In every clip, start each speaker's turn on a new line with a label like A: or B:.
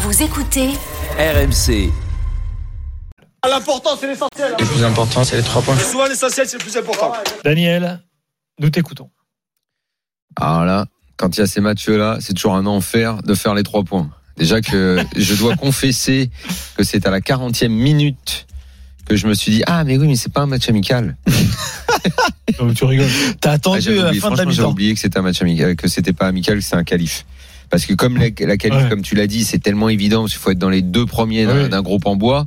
A: Vous écoutez
B: RMC.
C: L'important, c'est l'essentiel.
D: Le plus important, c'est les trois points.
C: Souvent, l'essentiel, c'est le plus important.
E: Daniel, nous t'écoutons.
D: Alors là, quand il y a ces matchs-là, c'est toujours un enfer de faire les trois points. Déjà que je dois confesser que c'est à la 40e minute que je me suis dit Ah, mais oui, mais c'est pas un match amical.
E: Donc, tu rigoles.
F: T'as
D: Ah,
F: attendu
D: j'avais
F: à la
D: oublié.
F: fin de la
D: Franchement, j'ai
F: mi-temps.
D: oublié que c'était un match amical, que c'était pas amical, que c'est un qualif. Parce que comme la, la qualif,
E: Ouais.
D: comme tu l'as dit, c'est tellement évident parce qu'il faut être dans les deux premiers d'un
E: Oui.
D: d'un groupe en bois.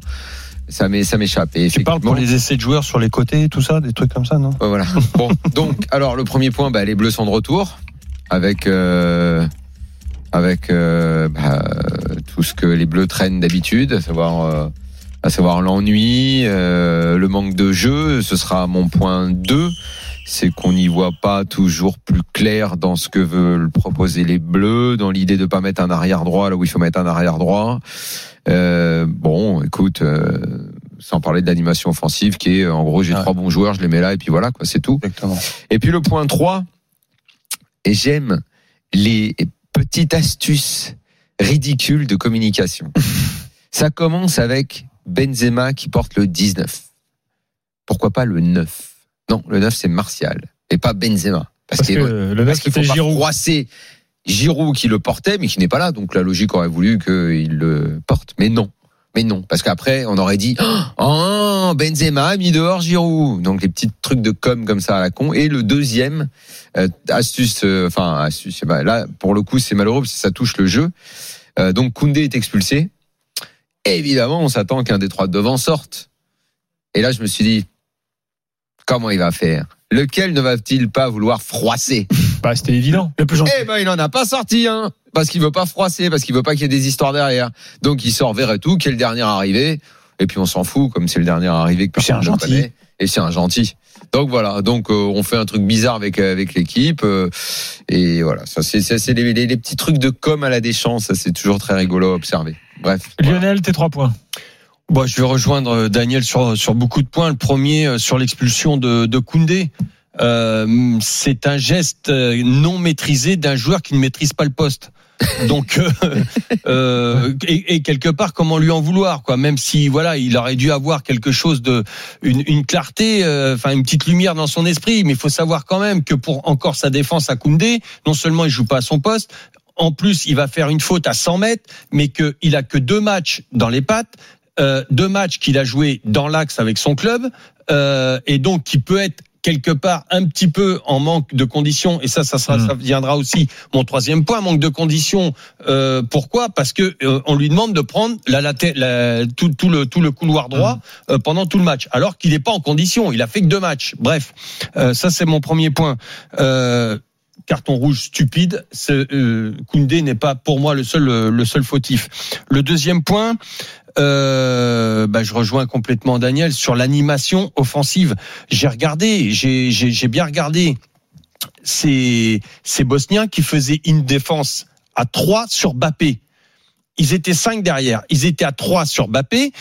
D: Ça m'est- ça m'échappe. Et
F: Tu parles
D: effectivement,
F: pour les essais de joueurs sur les côtés, tout ça, des trucs comme ça, non
D: Ouais, Euh, voilà. Bon, donc, alors le premier point, bah, les Bleus sont de retour avec euh, avec euh, bah, tout ce que les Bleus traînent d'habitude, à savoir euh, à savoir l'ennui, euh, le manque de jeu. Ce sera mon point 2 c'est qu'on n'y voit pas toujours plus clair dans ce que veulent proposer les Bleus, dans l'idée de pas mettre un arrière droit là où il faut mettre un arrière droit. Euh, bon, écoute, euh, sans parler de l'animation offensive, qui est euh, en gros j'ai
F: Ouais.
E: Ah.
D: trois bons joueurs, je les mets là et puis voilà quoi, c'est tout.
F: Exactement.
D: Et puis le point 3, et j'aime les petites astuces ridicules de communication. Ça commence avec Benzema qui porte le 19. Pourquoi pas le 9 Non, le 9 c'est Martial et pas Benzema. Parce,
E: Parce que
D: qu'il-
E: euh, le
D: parce
E: mec
D: qu'il
E: c'était
D: faut pas
E: Giroud.
D: froisser Giroud qui le portait mais qui n'est pas là. Donc la logique aurait voulu qu'il le porte. Mais non. Mais non, parce qu'après, on aurait dit Oh, Benzema a mis dehors Giroud. Donc les petits trucs de com comme ça à la con. Et le deuxième, euh, astuce, euh, enfin astuce, je sais pas, là pour le coup c'est malheureux parce que ça touche le jeu. Euh, donc Koundé est expulsé. Évidemment, on s'attend qu'un des trois de devant sorte. Et là, je me suis dit, comment il va faire Lequel ne va-t-il pas vouloir froisser
E: Bah, c'était évident. Le plus gentil.
D: eh ben, il en a pas sorti, hein. Parce qu'il veut pas froisser, parce qu'il veut pas qu'il y ait des histoires derrière. Donc, il sort vers et tout, qui est le dernier arrivé. Et puis, on s'en fout, comme c'est le dernier arrivé que
F: Puis c'est un
D: personne ne
F: gentil.
D: connaît. Et c'est un gentil. Donc, voilà. Donc, euh, on fait un truc bizarre avec, avec l'équipe. euh, et voilà. Ça, c'est, ça, c'est les, les- les petits trucs de com à la déchant. Ça, c'est toujours très rigolo à observer. Bref. voilà.
E: Lionel, tes trois points.
F: Bon, je vais rejoindre euh, Daniel sur, sur beaucoup de points. Le premier, euh, sur l'expulsion de, de Koundé. Euh, c'est un geste euh, non maîtrisé d'un joueur qui ne maîtrise pas le poste. Donc, euh, euh, et, et quelque part, comment lui en vouloir, quoi. Même si, voilà, il aurait dû avoir quelque chose de, une, une clarté, euh, enfin une petite lumière dans son esprit. Mais il faut savoir quand même que pour encore sa défense à Koundé, non seulement il joue pas à son poste, en plus il va faire une faute à 100 mètres, mais qu'il a que deux matchs dans les pattes. Euh, deux matchs qu'il a joué dans l'axe avec son club euh, et donc qui peut être quelque part un petit peu en manque de conditions et ça ça sera,
E: Mm.
F: ça viendra aussi mon troisième point manque de conditions euh, pourquoi parce que euh, on lui demande de prendre la, laté- la- tout, tout le tout le couloir droit euh, pendant tout le match alors qu'il n'est pas en condition il a fait que deux matchs bref euh, ça c'est mon premier point euh, carton rouge stupide. Ce, euh, Koundé n'est pas pour moi le seul euh, le seul fautif. Le deuxième point, euh, bah, je rejoins complètement Daniel sur l'animation offensive. J'ai regardé, j'ai j'ai- j'ai bien regardé ces ces Bosniens qui faisaient une défense à 3 sur Bappé. Ils étaient 5 derrière, ils étaient à 3 sur Bappé.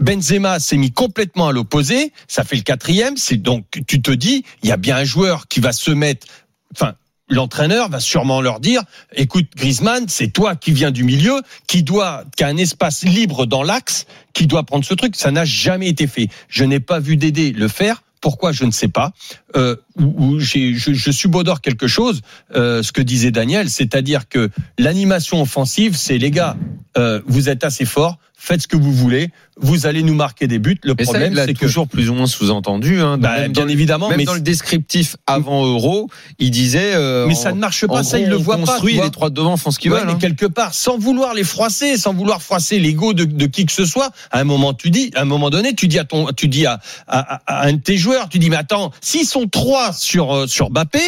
F: Benzema s'est mis complètement à l'opposé, ça fait le quatrième, c'est donc tu te dis, il y a bien un joueur qui va se mettre, enfin l'entraîneur va sûrement leur dire écoute Griezmann c'est toi qui viens du milieu qui doit qui a un espace libre dans l'axe qui doit prendre ce truc ça n'a jamais été fait je n'ai pas vu Dédé le faire pourquoi je ne sais pas euh, ou, ou j'ai- je, je subodore quelque chose euh, ce que disait Daniel c'est-à-dire que l'animation offensive c'est les gars euh, vous êtes assez forts faites ce que vous voulez vous allez nous marquer des buts le
D: Mais ça,
F: problème
D: il l'a
F: c'est que
D: toujours plus ou moins sous-entendu. Hein,
F: Bah,
D: Même dans
F: bien
D: le-
F: évidemment
D: Même
F: mais
D: dans le descriptif avant Euro, il disait. euh,
F: mais
D: en-
F: ça ne marche
D: en
F: pas ça
D: gros,
F: il le
D: on
F: voit pas tu
D: construit,
F: vois.
D: les trois de devant font ce qu'ils
F: Ouais,
D: veulent.
F: mais
D: hein.
F: quelque part, sans vouloir les froisser, sans vouloir froisser l'ego de, de qui que ce soit, à un moment tu dis, à un moment donné, tu dis à ton, tu dis à, à- à- à un de tes joueurs, tu dis mais attends, s'ils sont trois sur euh, sur Mbappé,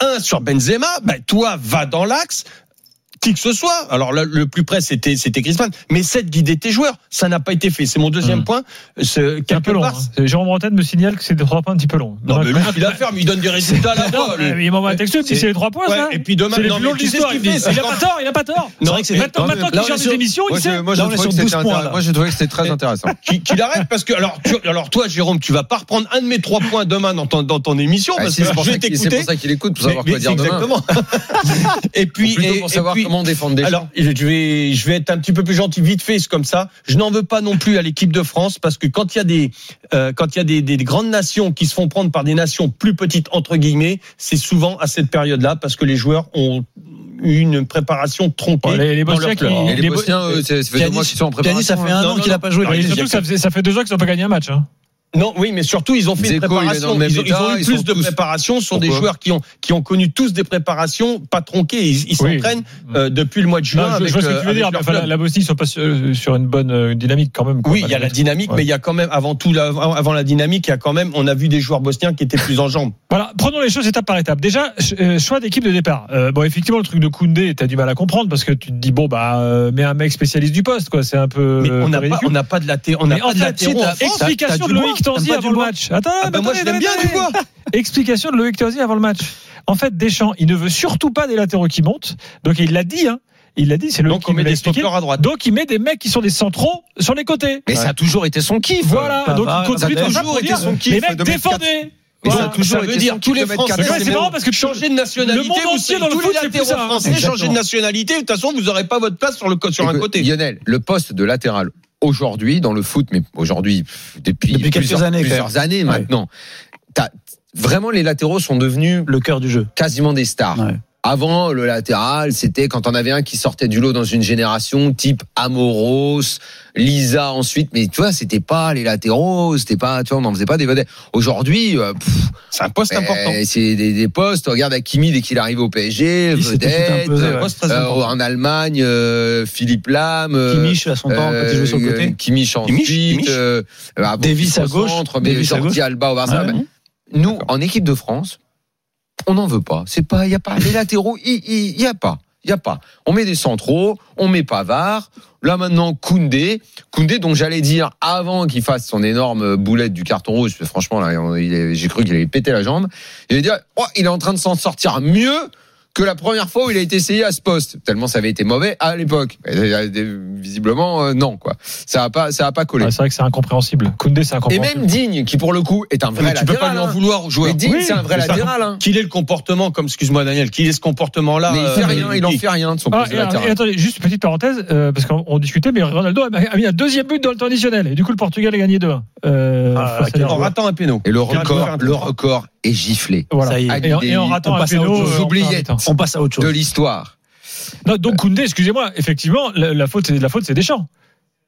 F: un sur Benzema, ben toi va dans l'axe. qui que ce soit. Alors là, le plus près, c'était c'était Griezmann, mais cette guider tes joueurs, ça n'a pas été fait. C'est mon deuxième
E: Hum.
F: point. Ce,
E: C'est un peu long. hein. Jérôme Bretagne me signale que c'est des trois points un petit peu long.
F: Non, mais lui, il a ferme, il donne des résultats à la
E: Non,
F: fois.
E: mais il m'envoie un texto, il me dit
F: c'est-
E: c'est les trois points,
F: Ouais,
E: ça.
F: et puis demain,
E: c'est les
F: non,
E: plus
F: mais
E: longs de
F: tu sais
E: l'histoire.
F: ce
E: Il,
F: qu'il
E: fait.
F: dit, c'est
E: il a
F: quand-
E: pas tort, il a pas tort.
F: Non, c'est vrai que
E: maintenant, maintenant qu'il gère des émissions, il
D: Moi,
E: sait.
D: je, moi, je
E: Là, on est
D: trouvais
E: sur
D: que
E: 12
D: c'était
E: points.
D: intéressant.
E: là.
D: Moi, je trouvais que c'était très intéressant. Ah,
F: qu'il qu'il arrête parce que alors tu- alors toi Jérôme tu vas pas reprendre un de mes trois points demain dans ton dans ton émission
D: Ah,
F: parce
D: si,
F: que
D: C'est pour
F: je
D: ça
F: vais
D: qu'il- c'est
F: t'écouter
D: pour ça qu'il écoute, pour savoir
F: Mais-
D: quoi
F: mais
D: dire demain.
F: exactement et puis
D: Plutôt
F: et-
D: pour
F: et
D: savoir
F: puis-
D: comment défendre des
F: alors
D: choses.
F: je je vais je vais être un petit peu plus gentil vite fait c'est comme ça je n'en veux pas non plus à l'équipe de France parce que quand il y a des euh, quand il y a des, des grandes nations qui se font prendre par des nations plus petites entre guillemets c'est souvent à cette période là parce que les joueurs ont eu une préparation trompée
E: Bon, les- les
F: dans leur
E: Bosniaques,
F: club.
E: ils-
D: Et hein. les
E: les
D: Bosniens, eux, c'est- ça fait deux
G: Pianiste-
D: mois qu'ils sont en
G: Pianiste,
D: préparation.
G: ça fait un
F: Non,
G: an
F: non,
G: qu'il n'a
F: non.
G: pas joué.
F: Ah,
E: Et
F: il-
E: surtout,
F: il-
E: ça, faisait- ça fait deux ans qu'ils n'ont pas gagné un match. hein.
F: Non, oui, mais surtout ils ont fait une
D: Dzeko, il est dans
F: préparation.
D: le même
F: Ils, ont- ils
D: état,
F: ont eu
D: ils sont
F: plus de
D: tous-
F: préparation. Ce sont des
D: Pourquoi
F: joueurs qui ont qui ont connu tous des préparations pas tronquées. Ils ils
E: Oui.
F: s'entraînent euh, depuis le mois de juin.
E: Non, je,
F: avec,
E: je vois ce
F: euh,
E: que tu veux
F: avec
E: dire. mais
F: leur
E: enfin, la,
F: club.
E: la Bosnie, ils sont pas sur, euh, sur une bonne euh, dynamique quand même. quoi.
F: Oui,
E: Enfin,
F: il y a la dynamique,
E: Ouais.
F: mais il y a quand même avant tout la- avant avant la dynamique, il y a quand même on a vu des joueurs bosniens qui étaient plus en jambes.
E: Voilà, prenons les choses étape par étape. Déjà, ch- euh, choix d'équipe de départ. Euh, bon, effectivement, le truc de Koundé, t'as du mal à comprendre parce que tu te dis bon bah, euh, mais un mec spécialiste du poste, quoi, c'est un peu.
F: Mais
E: euh,
F: on n'a
E: peu
F: pas on
E: ridicule.
F: n'a pas de la on n'a
E: Mais en
F: pas de
E: fait,
F: latéraux en
E: t'as-
F: France.
E: explication
F: T'as
E: de
F: Dubois,
E: Loïc Tanzi
F: t'as pas
E: avant le
F: Dubois.
E: match. Attends,
F: Ah ben
E: attends,
F: moi je l'aime bien
E: attends.
F: Dubois.
E: Explication de Loïc Tanzi avant le match. En fait, Deschamps, il ne veut surtout pas des latéraux qui montent. Donc il l'a dit, hein. Il l'a dit, c'est Loïc
F: Donc on
E: qui me
F: met
E: l'a
F: des
E: expliqué.
F: stoppeurs à droite. Euh,
E: Donc il met des mecs qui sont des centraux sur les côtés.
D: Mais ça a toujours été son kiff.
E: Voilà,
G: Pavard,
E: donc il
D: ça a
E: continue de faire ça
D: toujours
E: pour
D: été
E: dire,
D: son kiff,
E: Les
D: de
E: mecs
D: mettre
E: défendez.
D: Et ça a
E: Voilà.
D: toujours
F: Ça veut
D: été
F: dire
D: son
F: tous
D: kiff
F: les
D: de mettre
F: Français,
E: Mais
D: quatre
E: ouais,
D: mètres.
E: c'est marrant parce que
F: changer de nationalité,
E: Le monde
F: vous
E: entier
F: savez,
E: dans le
F: tous
E: foot,
F: les
E: c'est plus
F: latéraux
E: ça, hein.
F: français changer de
E: Exactement.
F: nationalité, de toute façon vous n'aurez pas votre place sur le co- sur un
D: Écoute,
F: côté.
D: Lionel, le poste de latéral aujourd'hui dans le foot, mais aujourd'hui pff, depuis,
G: Depuis quelques
D: plusieurs,
G: années, quand
D: plusieurs années maintenant, t'as- vraiment les latéraux sont devenus
G: Le cœur du jeu.
D: quasiment des stars.
G: Ouais.
D: Avant, le latéral, c'était quand on avait un qui sortait du lot dans une génération, type Amoros, Lisa ensuite. Mais tu vois, c'était pas les latéraux, c'était pas, tu vois, on n'en faisait pas des vedettes. Aujourd'hui, euh, pff,
F: C'est un poste important.
D: eh, c'est des, des postes. Regarde Hakimi dès qu'il arrive au PSG,
G: Oui, c'était tout un
D: vedette.
G: peu,
D: euh,
G: ouais.
F: Poste très
D: euh,
F: important.
D: en Allemagne, euh, Philippe Lam. euh,
G: Kimmich à son temps quand il jouait sur le
D: euh,
G: côté.
D: Kimmich
F: Kimmich,
D: ensuite,
F: Kimmich.
D: euh, avant
G: Davis
D: qu'il
G: à
D: soit
G: gauche,
D: centre, mais
G: Davis à
D: Jordi
G: gauche. Ah
D: Alba au Barça.
G: Ouais.
D: Ben, Nous, en équipe de France, on n'en veut pas. C'est pas, y a pas les latéraux, il y, a pas, y a pas. On met des centraux, on met Pavard. Là maintenant, Koundé, Koundé dont j'allais dire avant qu'il fasse son énorme boulette du carton rouge, parce que franchement là, on- il est- j'ai cru qu'il avait pété la jambe. J'allais dire, oh, il est en train de s'en sortir mieux que la première fois où il a été essayé à ce poste, tellement ça avait été mauvais à l'époque. Et, euh, Visiblement, euh, non quoi. Ça a pas, ça a pas collé.
E: Ouais, Ah, c'est vrai que c'est incompréhensible. Koundé, c'est
D: Et
E: incompréhensible.
D: même Digne, qui pour le coup est un vrai
F: Mais tu
D: latéral.
F: peux pas lui en
D: hein.
F: vouloir aux
D: Mais
F: joueurs.
D: Digne,
E: Oui,
D: c'est un vrai
E: mais ça-
D: latéral. hein.
F: Qu'il ait le comportement comme excuse-moi Daniel, qu'il ait ce euh, comportement là.
D: Mais il fait rien, il en fait rien de son
E: Ah,
D: poste
E: et,
D: de
E: alors, et
D: latéral.
E: attendez, juste petite parenthèse, euh, parce qu'on on discutait, mais Ronaldo a a mis un deuxième but dans le temps additionnel. Et du coup, le Portugal a gagné 2-1. Euh,
D: Ah,
E: face à la
F: en
E: Géorgie.
F: ratant Ah, un péno.
D: Et le
F: Car-
D: record, le record est giflé
E: euh, Voilà.
G: Ça y est.
E: Et, en- et en ratant
G: On
E: un
G: passe à
E: péno,
G: autre
E: euh,
G: chose.
E: en
D: Oubliez.
E: fin de temps.
G: On passe à autre
D: de
G: chose.
D: l'histoire.
E: Non,
D: Euh.
E: donc Koundé, excusez-moi, effectivement, la, la faute, c'est la faute, c'est Deschamps.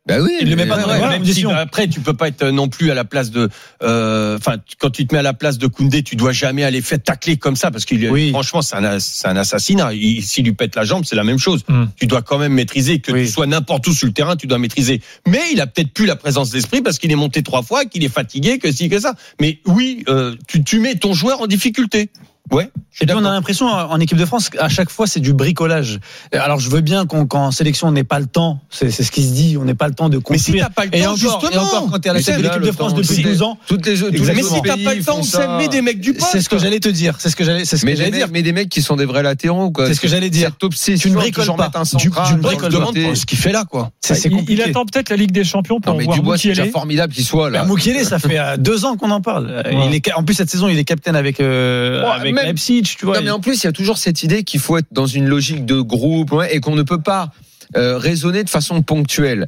D: Bah oui,
G: Il le met
D: mais-
G: pas dans la-
F: Ouais,
G: Voilà.
F: même si euh,
G: Décision.
F: après tu peux pas être non plus à la place de, euh, enfin tu- quand tu te mets à la place de Koundé, tu dois jamais aller faire tacler comme ça parce qu'il
G: Oui.
F: franchement c'est un, as- c'est un assassinat. Il- S'il lui pète la jambe, c'est la même chose.
E: Hmm.
F: Tu dois quand même maîtriser que
G: Oui.
F: tu sois n'importe où sur le terrain, tu dois maîtriser. Mais il a peut-être plus la présence d'esprit parce qu'il est monté trois fois, qu'il est fatigué, que si que ça. Mais oui, euh, tu, tu mets ton joueur en difficulté. Ouais. je suis
G: Et puis on a
F: d'accord.
G: l'impression en équipe de France à chaque fois c'est du bricolage. Alors je veux bien qu'on- qu'en sélection on n'ait pas le temps, c'est c'est ce qui se dit, on n'ait pas le temps de
F: Mais si
G: construire.
F: t'as pas le
G: et
F: temps,
G: encore, et encore
F: justement.
G: quand t'es à la
D: Mais
G: tête
D: c'est
G: de
D: là
G: l'équipe
D: le
G: de France
D: temps,
G: depuis
D: c'est-
G: 12 ans,
D: Toutes les, tous les
F: Mais
D: autres
F: si t'as
D: pays
F: pas le temps,
D: font
F: on
D: ça.
F: s'aime, met des mecs du poste.
G: c'est ce que j'allais te dire, c'est ce que j'allais c'est ce que
D: Mais des,
G: j'allais dire.
D: mecs, mais des mecs qui sont des vrais latéraux, quoi.
G: C'est ce que j'allais dire.
D: Cette obsession
G: Tu ne
D: de
G: bricoles
D: toujours
G: pas.
D: mettre un
G: Du-
D: central
G: tu ne
D: dans le
G: bricoles
F: Je demande
D: côté.
F: pour ce qu'il fait là, quoi.
G: C'est c'est
E: Il- il,
G: compliqué.
E: attend peut-être la Ligue des Champions pour
D: Non, mais
E: voir
D: Dubois, c'est
E: Moukielé.
D: déjà formidable qu'il soit là.
G: Bah, Mukiele, ça fait euh, deux ans qu'on en parle. Euh,
E: Ouais.
G: Il est, ca- en plus, cette saison, il est capitaine avec, euh,
D: Ouais, même-
G: avec Leipzig, tu vois.
D: Non, mais en plus, il y a toujours cette idée qu'il faut être dans une logique de groupe ouais, et qu'on ne peut pas euh, raisonner de façon ponctuelle.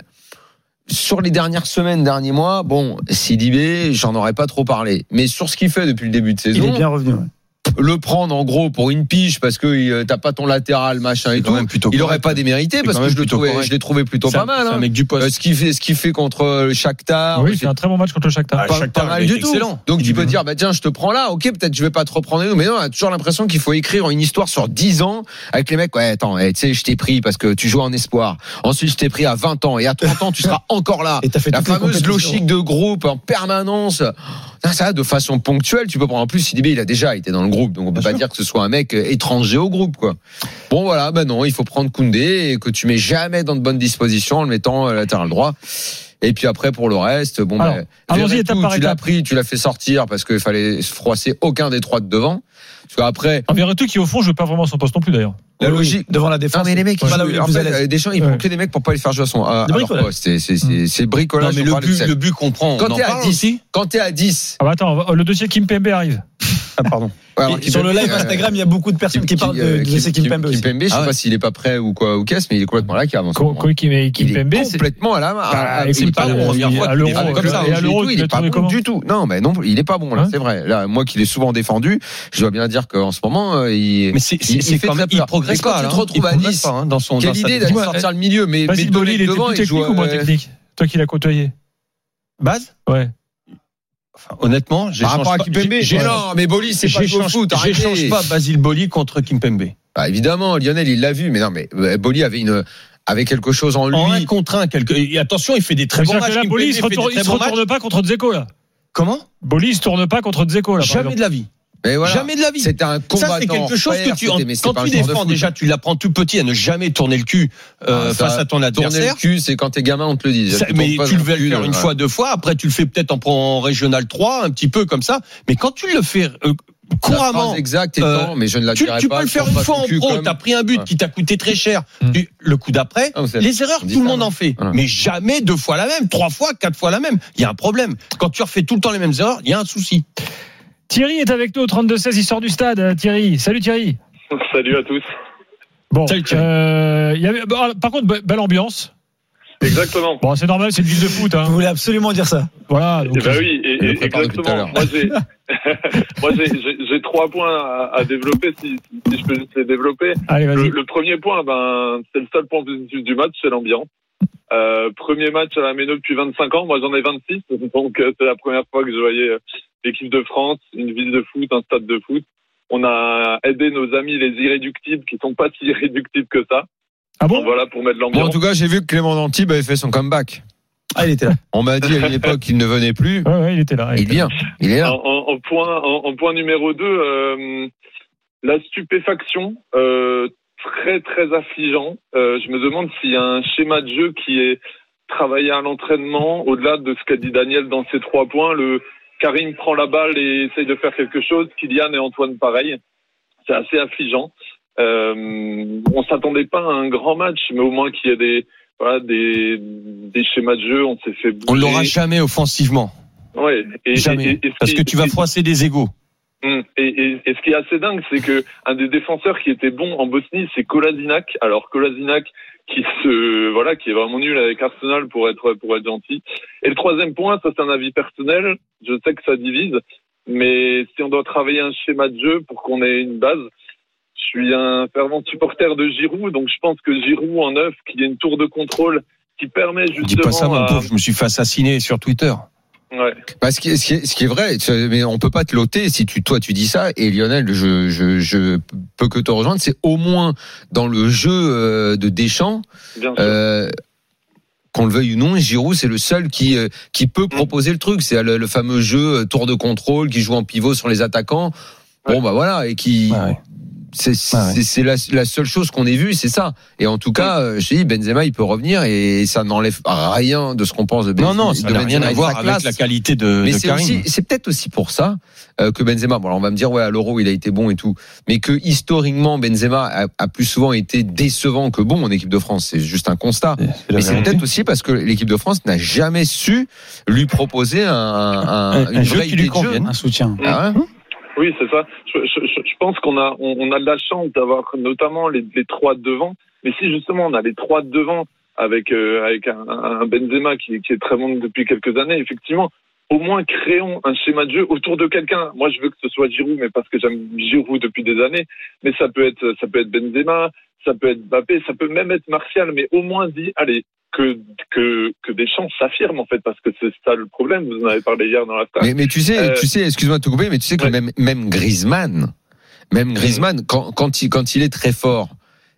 D: Sur les dernières semaines, derniers mois, bon, Sidibé, j'en aurais pas trop parlé. Mais sur ce qu'il fait depuis le début de
G: il, il
D: saison,
G: est bien revenu. ouais.
D: le prendre en gros pour une pige parce que euh, t'as pas ton latéral, machin et
F: quand
D: tout,
F: même plutôt
D: il
F: correct.
D: aurait pas démérité
F: C'est
D: parce
F: quand
D: que
F: même
D: je le
F: plutôt
D: trouvais-
F: correct.
D: je l'ai trouvé plutôt
F: C'est
D: pas
F: un-
D: mal.
F: c'est un
D: hein.
F: mec du poste.
D: Euh, ce qu'il fait, ce qu'il fait contre le Shakhtar,
E: Oui, c'est un très bon match contre le Shakhtar.
F: Ah,
D: pas,
F: Shakhtar
D: pas
F: avait
D: mal
F: été
D: du tout.
F: excellent.
D: Donc tu peux
G: Mhm.
D: dire bah tiens je te prends là, ok peut-être je vais pas te reprendre nous, mais non on a toujours l'impression qu'il faut écrire une histoire sur 10 ans avec les mecs ouais attends eh, tu sais je t'ai pris parce que tu joues en espoir, ensuite je t'ai pris à 20 ans et à 30 ans tu seras encore là.
G: Et t'as fait
D: La
G: toutes les
D: fameuse
G: compétitions.
D: logique de groupe en permanence. Ça, Non, ça, de façon ponctuelle, tu peux prendre. En plus, Sidibé, il a déjà été dans le groupe, donc on peut pas dire que ce soit un mec euh, étranger au groupe, quoi. Bon, voilà, ben non, il faut prendre Koundé et que tu mets jamais dans de bonnes dispositions en le mettant euh, latéral droit. Et puis après, pour le reste, bon,
E: Alors,
D: ben,
E: allons-y,
D: Verretou,
E: étape par
D: tu l'as
E: étape.
D: pris, tu l'as fait sortir parce qu'il fallait se froisser aucun des trois de devant. Parce qu'après,
E: En vérité, Ah, qui au fond, je veux pas vraiment son poste non plus d'ailleurs.
D: la
G: Oui,
D: logique,
G: devant la défense.
D: non mais les mecs,
G: c'est pas
D: ils
G: là où il est
D: jouent-
G: le
D: en
G: plus à
D: fait,
G: l'aise.
D: euh, Deschamps, il prend
G: Ouais.
D: que des mecs pour pas les faire jouer à son à,
G: Des
D: à leur
G: bricolages.
D: poste. C'est- c'est- C'est c'est
F: Non,
D: bricolage.
F: mais
D: on
F: le
D: parle de
F: but,
D: ça.
F: le but qu'on prend.
D: Quand
F: on en
D: t'es à
F: parle
D: 10,
F: aussi
D: quand t'es à 10,
E: Ah bah attends, on va- le dossier Kimpembe arrive.
F: Ah, pardon.
D: ouais, alors qu'il
G: Sur le
D: peut-
G: live
D: euh,
G: Instagram, il y a beaucoup de personnes qui, parlent de,
D: euh,
G: de
D: Kim-
G: Jesse
D: Kim-
G: Kimpembe aussi.
D: Kimpembe, je sais
F: Ah ouais.
D: pas s'il est pas prêt ou quoi ou qu'est-ce, mais il est complètement là qui avance.
E: Ko- Ko- Kim-
D: Il est
E: Kimpembe, c'est
D: complètement à la main.
E: Bah,
D: à- à-
E: écoute,
D: il est pas
E: euh,
D: bon.
E: il-
D: Première fois
E: à
D: qu'il est
E: l'euro,
D: pas
E: comme
D: bon.
E: ça,
D: Et
E: à l'euro,
D: tout, il
E: tu
D: est
E: l'as
D: pas
E: trouvé
D: bon
E: comment
D: du tout. Non, mais non, il est pas bon là,
E: Hein
D: c'est vrai. Là, moi qui l'ai souvent défendu, je dois bien dire qu'en ce moment, euh, il
F: Mais c'est
D: il-
F: c'est-
D: il
F: c'est
D: fait
F: quand
D: très
F: même, il
D: peur.
F: progresse
D: Mais quand
F: pas.
D: tu
F: hein.
D: te retrouves
F: Il
D: à
F: progresse
D: 10,
F: pas, hein, dans son. dans
D: Quelle
F: sa
D: idée
F: défense.
D: d'aller sortir le milieu, mais mais
E: Basile Boli,
D: donner
E: il était
D: devant euh,
E: plus
D: et
E: technique ou moins
D: jouer.
E: technique Toi qui l'as côtoyé.
F: Base
E: Ouais.
F: Enfin, Bah, Honnêtement,
D: Par
F: j'échange
D: rapport à
F: pas.
D: Kimpembe,
F: j'ai- j'ai-
D: mais non, mais Boli, c'est pas jouer au
F: J'échange
D: foot.
F: j'échange
D: arrêtez.
F: pas Basile Boli contre Kimpembe.
D: Bah, évidemment, Lionel, il l'a vu, mais non, mais euh, Boli avait une, avait quelque chose en lui.
F: En un contre un, quelque... et attention, il fait des très
E: Mais
F: bons
E: c'est-à-dire que
F: matchs.
E: là,
F: Kimpembe,
E: Boli, il
F: il
E: se
F: fait des
E: retourne, il
F: très
E: se
F: bons
E: retourne
F: matchs.
E: pas contre Dzeko là.
F: Comment
E: Boli, il se tourne pas contre Dzeko là. par
F: Jamais
E: exemple.
F: de la vie.
D: mais voilà.
F: Jamais de la vie.
D: C'était un combattant.
F: Ça, c'est quelque chose
D: frère,
F: que tu.
D: c'était- mais c'était
F: quand
D: pas
F: tu
D: un joueur de
F: défends,
D: foot.
F: déjà, tu l'apprends tout petit à ne jamais tourner le cul euh,
D: Ah, ça,
F: face à ton
D: Tourner
F: adversaire.
D: le cul, c'est quand t'es gamin, on te le dit.
F: Ça- mais tu le vas le faire une fois, deux fois. Après, tu le fais peut-être en, en régional 3, un petit peu comme ça. Mais quand tu le fais euh, couramment,
D: Exact, et
F: euh,
D: tant, mais je ne la
F: tu,
D: dirai
F: tu
D: pas.
F: peux le
D: je
F: faire
D: pense
F: une
D: pas
F: fois
D: ton
F: en
D: cul
F: pro.
D: comme-
F: T'as pris un but
D: Ouais.
F: qui t'a coûté très cher.
E: Mm.
F: Tu- le coup d'après,
D: Ah, vous savez,
F: les erreurs,
D: on dit
F: tout le
D: ça,
F: monde
D: non
F: en fait.
D: Voilà.
F: Mais jamais deux fois la même, trois fois, quatre fois la même. Il y a un problème. Quand tu refais tout le temps les mêmes erreurs, il y a un souci.
E: Thierry est avec nous au 32-16, il sort du stade. euh, Thierry, salut Thierry.
B: Salut à tous.
E: Bon,
F: Salut, Thierry.
E: euh, il y avait- bon, par contre, be- belle ambiance.
B: Exactement.
E: Bon, c'est normal, c'est une ville de foot.
G: Vous
E: Hein.
G: voulez absolument dire ça
E: Voilà. donc,
B: Eh ben oui, et-
D: Je
B: et-
D: le prépare depuis tout à
B: exactement.
D: l'heure.
B: Moi, j'ai, moi, j'ai- j'ai- j'ai trois points à, à développer si, si je peux juste les développer.
E: euh, Allez,
B: Le,
E: vas-y.
B: le premier point, ben, c'est le seul point positif du match, c'est l'ambiance. Euh, premier match à la Méno depuis 25 ans. Moi, j'en ai 26, donc euh, c'est la première fois que je voyais euh, l'équipe de France, une ville de foot, un stade de foot. On a aidé nos amis les irréductibles, qui sont pas si irréductibles que ça.
E: Ah bon
B: Donc, voilà pour mettre
D: Bon, en
B: l'ambiance.
D: tout cas, j'ai vu que Clément Dantib avait fait son comeback.
G: Ah, il était là.
D: On m'a dit à une époque qu'il ne venait plus.
E: ouais, ouais, il était là. il
D: Il
E: était là.
D: vient. Il est
B: En,
D: là.
B: en- en point, en, en point numéro 2, la stupéfaction, euh, très très affligeant. Euh, je me demande s'il y a un schéma de jeu qui est travaillé à l'entraînement, au-delà de ce qu'a dit Daniel dans ses trois points. Le Karim prend la balle et essaye de faire quelque chose, Kylian et Antoine pareil. C'est assez affligeant. Euh, on s'attendait pas à un grand match, mais au moins qu'il y ait des, voilà, des, des schémas de jeu. On s'est fait.
F: On ne l'aura
B: bouger.
F: jamais offensivement.
B: Ouais. Et- et-
F: Jamais.
B: et- et ce
F: Parce
B: qui-
F: que tu
B: ce
F: vas
B: qui-
F: froisser des égaux.
B: Hum, Et, et, et ce qui est assez dingue, c'est que un des défenseurs qui était bon en Bosnie, c'est Kolasinac. Alors Kolasinac, qui se voilà, qui est vraiment nul avec Arsenal pour être pour être gentil. Et le troisième point, ça c'est un avis personnel. Je sais que ça divise, mais si on doit travailler un schéma de jeu pour qu'on ait une base, je suis un fervent supporter de Giroud, donc je pense que Giroud en neuf, qu'il y ait une tour de contrôle qui permet justement.
F: Dis pas ça, mon
B: à-
F: pauvre. Je me suis fait assassiner sur Twitter.
B: Ouais.
D: Bah, ce, qui est, ce qui est- ce qui est vrai, tu- mais on peut pas te loter si tu, toi tu dis ça. Et Lionel, je, je, je peux que te rejoindre. C'est au moins dans le jeu euh, de Deschamps.
B: Bien sûr.
D: Euh, qu'on le veuille ou non, Giroud c'est le seul qui euh, qui peut proposer le truc. C'est le, le fameux jeu euh, tour de contrôle qui joue en pivot sur les attaquants. Bon bah voilà et qui
F: Ouais, ouais.
D: c'est c'est-
F: Ouais, ouais.
D: c'est la, la seule chose qu'on ait vue, c'est ça. Et en tout cas, euh, je te dis Benzema il peut revenir et ça n'enlève rien de ce qu'on pense de Benzema.
F: Non, non, ça
D: de
F: n'a rien
D: Benzema
F: à
D: et de
F: voir
D: sa
F: avec
D: classe.
F: la qualité de,
D: Mais
F: Euh, de
D: c'est
F: Karim.
D: aussi, c'est peut-être aussi pour ça euh, que Benzema. Bon, alors on va me dire ouais, à l'Euro il a été bon et tout, mais que historiquement Benzema a, a plus souvent été décevant que bon en équipe de France. C'est juste un constat. Mais c'est peut-être aussi parce que l'équipe de France n'a jamais su lui proposer un, un-
F: Un- un
D: une
F: jeu
D: vraie
F: qui lui
D: idée de jeu.
F: convienne.
G: Un soutien.
D: Ah ouais
B: Oui, c'est ça. Je, je, je je pense qu'on a, on, on a de la chance d'avoir notamment les, les trois devant. Mais si justement on a les trois devant avec, euh, avec un, un Benzema qui, qui est très bon depuis quelques années, effectivement, au moins créons un schéma de jeu autour de quelqu'un. Moi, je veux que ce soit Giroud, mais parce que j'aime Giroud depuis des années. Mais ça peut être, ça peut être Benzema, ça peut être Mbappé, ça peut même être Martial. Mais au moins dit, allez. Que, que, que des chances s'affirment en fait parce que c'est ça le problème vous en avez parlé hier dans la star
D: mais, mais tu sais,
B: Euh,
D: tu sais, excuse-moi de te couper, mais tu sais que
B: ouais.
D: même,
B: Mm.
D: même Griezmann, même Griezmann, quand, quand il, quand il est très fort,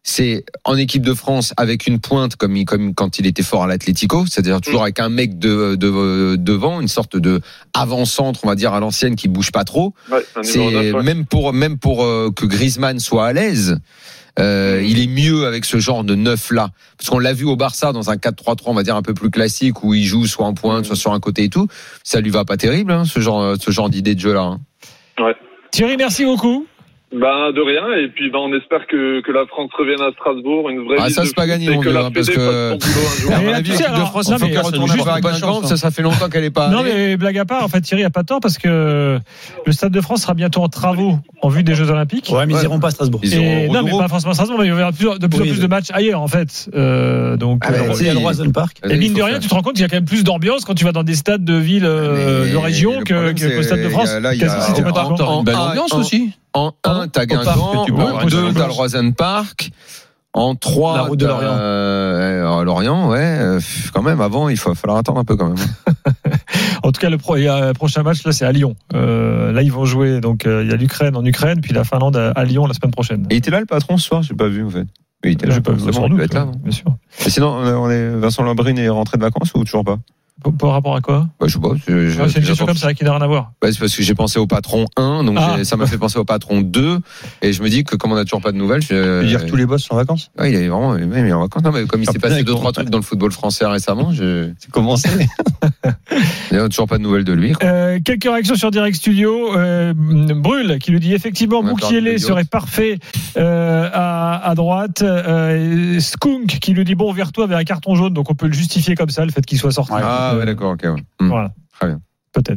D: c'est en équipe de France avec une pointe comme, il- comme quand il était fort à l'Atlético, c'est-à-dire
B: Mm.
D: toujours avec un mec de, de- devant, une sorte de avant-centre, on va dire à l'ancienne, qui bouge pas trop.
B: Ouais, un numéro neuf,
D: C'est
B: ouais.
D: même pour même pour euh, que Griezmann soit à l'aise. euh, il est mieux avec ce genre de neuf là, parce qu'on l'a vu au Barça dans un 4-3-3, on va dire un peu plus classique où il joue soit en pointe,
B: Mm.
D: soit sur un côté et tout. Ça lui va pas terrible, hein, ce genre ce genre d'idée de jeu là. hein.
E: Thierry, merci beaucoup.
B: Bah, de rien, et puis bah, on espère que, que la France revienne à Strasbourg, une vraie
D: Ah,
B: ville
D: ça,
B: de
D: c'est pas
B: foot,
D: gagné,
B: et
D: on
B: que la
D: verra, parce
B: Fédé
D: que-
B: fasse son boulot un jour.
E: Ah, mais
D: À mon avis,
E: tu sais,
D: l'équipe de
E: alors, non,
D: France, il faut
E: mais
D: qu'elle
E: ça,
D: retourne
E: juste
D: jouer avec
F: pas de
D: Guingamp,
F: chance, hein.
D: ça, ça fait longtemps qu'elle est pas.
E: Non
D: allée.
E: mais blague à part, en fait Thierry a pas tort parce que le Stade de France sera bientôt en travaux en vue des Jeux Olympiques.
G: Ouais, mais
D: Ouais.
G: ils iront pas à Strasbourg.
D: Ils
E: Et
D: iront au
E: non mais
D: Rodoro.
E: pas forcément à Strasbourg, mais il y aura de plus en de plus, en
G: Oui,
E: plus
G: mais-
E: de matchs ailleurs en fait. Euh, donc
D: Ah, mais
E: euh,
D: si,
G: Il y a le Roison Park.
E: et mine de rien, tu te rends compte qu'il y a quand même plus d'ambiance quand tu vas dans des stades de villes, euh,
D: Ah, Mais
E: de région
D: le
E: que,
D: problème,
E: que qu'au
D: c'est-
E: Stade de France.
D: il y a- là, il y a-
E: Qu'est-ce que c'était pas
D: en-
E: d'argent
D: en-
F: Une belle
D: en-
F: ambiance
D: en-
F: aussi.
D: En 1, t'as
F: Au parc,
D: Guingamp.
F: tu peux avoir
E: bah,
D: En
F: une
D: 2,
F: bonne
D: t'as le
F: ambiance.
D: Rosen Park. En 3,
G: La route de Lorient.
D: Lorient, ouais. euh, pff, Quand même, avant, il va falloir attendre un peu quand même.
E: En tout cas, le pro- il y a- le prochain match là, c'est à Lyon. Euh, là, ils vont jouer. Donc, euh, il y a l'Ukraine en Ukraine, puis la Finlande à, à Lyon la semaine prochaine.
D: Et il était là le patron ce soir J'ai pas vu en fait. Mais Il était là.
E: J'ai pas vu,
D: forcément,
E: sans
D: il
E: doute,
D: doit être là,
E: ouais,
D: non
E: bien sûr.
D: Et sinon, on est- on est Vincent Lambrine est rentré de vacances ou toujours pas
E: Par- Par rapport à quoi
D: Bah, je sais pas. je- je-
E: Ah, C'est une
D: j'attends-
E: question comme ça qui n'a rien à voir.
D: Bah, c'est parce que j'ai pensé au patron 1, donc
E: Ah.
D: j'ai- ça m'a fait penser au patron 2, et je me dis que comme on n'a toujours pas de nouvelles, je...
F: Tu veux dire que tous les boss sont en vacances
D: Ouais, Ah, il est vraiment, même il est en vacances. Non, mais comme il
F: Ah,
D: s'est
F: putain,
D: passé deux
F: comment-
D: trois trucs dans le football français récemment, je...
F: C'est commencé.
D: il n'y a toujours pas de nouvelles de lui. quoi.
E: Euh, quelques réactions sur Direct Studio. Euh, Brûle qui nous dit effectivement
D: On a parlé
E: Moukielé
D: de
E: serait parfait euh, à, à droite. Euh, Skunk qui nous dit bon Verto avait un carton jaune donc on peut le justifier comme ça le fait qu'il soit sorti.
D: Ah
E: Euh,
D: ouais, d'accord, ok. ouais. Hmm.
E: Voilà.
D: Très bien.
E: Peut-être.